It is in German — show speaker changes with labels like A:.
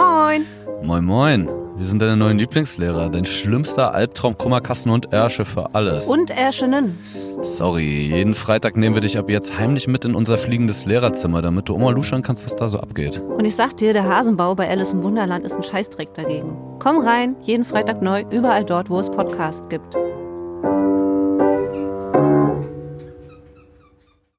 A: Moin!
B: Moin Moin, wir sind deine neuen Lieblingslehrer, dein schlimmster Albtraum, Kummerkasten und Ärsche für alles.
A: Und Erschenen.
B: Sorry, jeden Freitag nehmen wir dich ab jetzt heimlich mit in unser fliegendes Lehrerzimmer, damit du Oma luschern kannst, was da so abgeht.
A: Und ich sag dir, der Hasenbau bei Alice im Wunderland ist ein Scheißdreck dagegen. Komm rein, jeden Freitag neu, überall dort, wo es Podcasts gibt.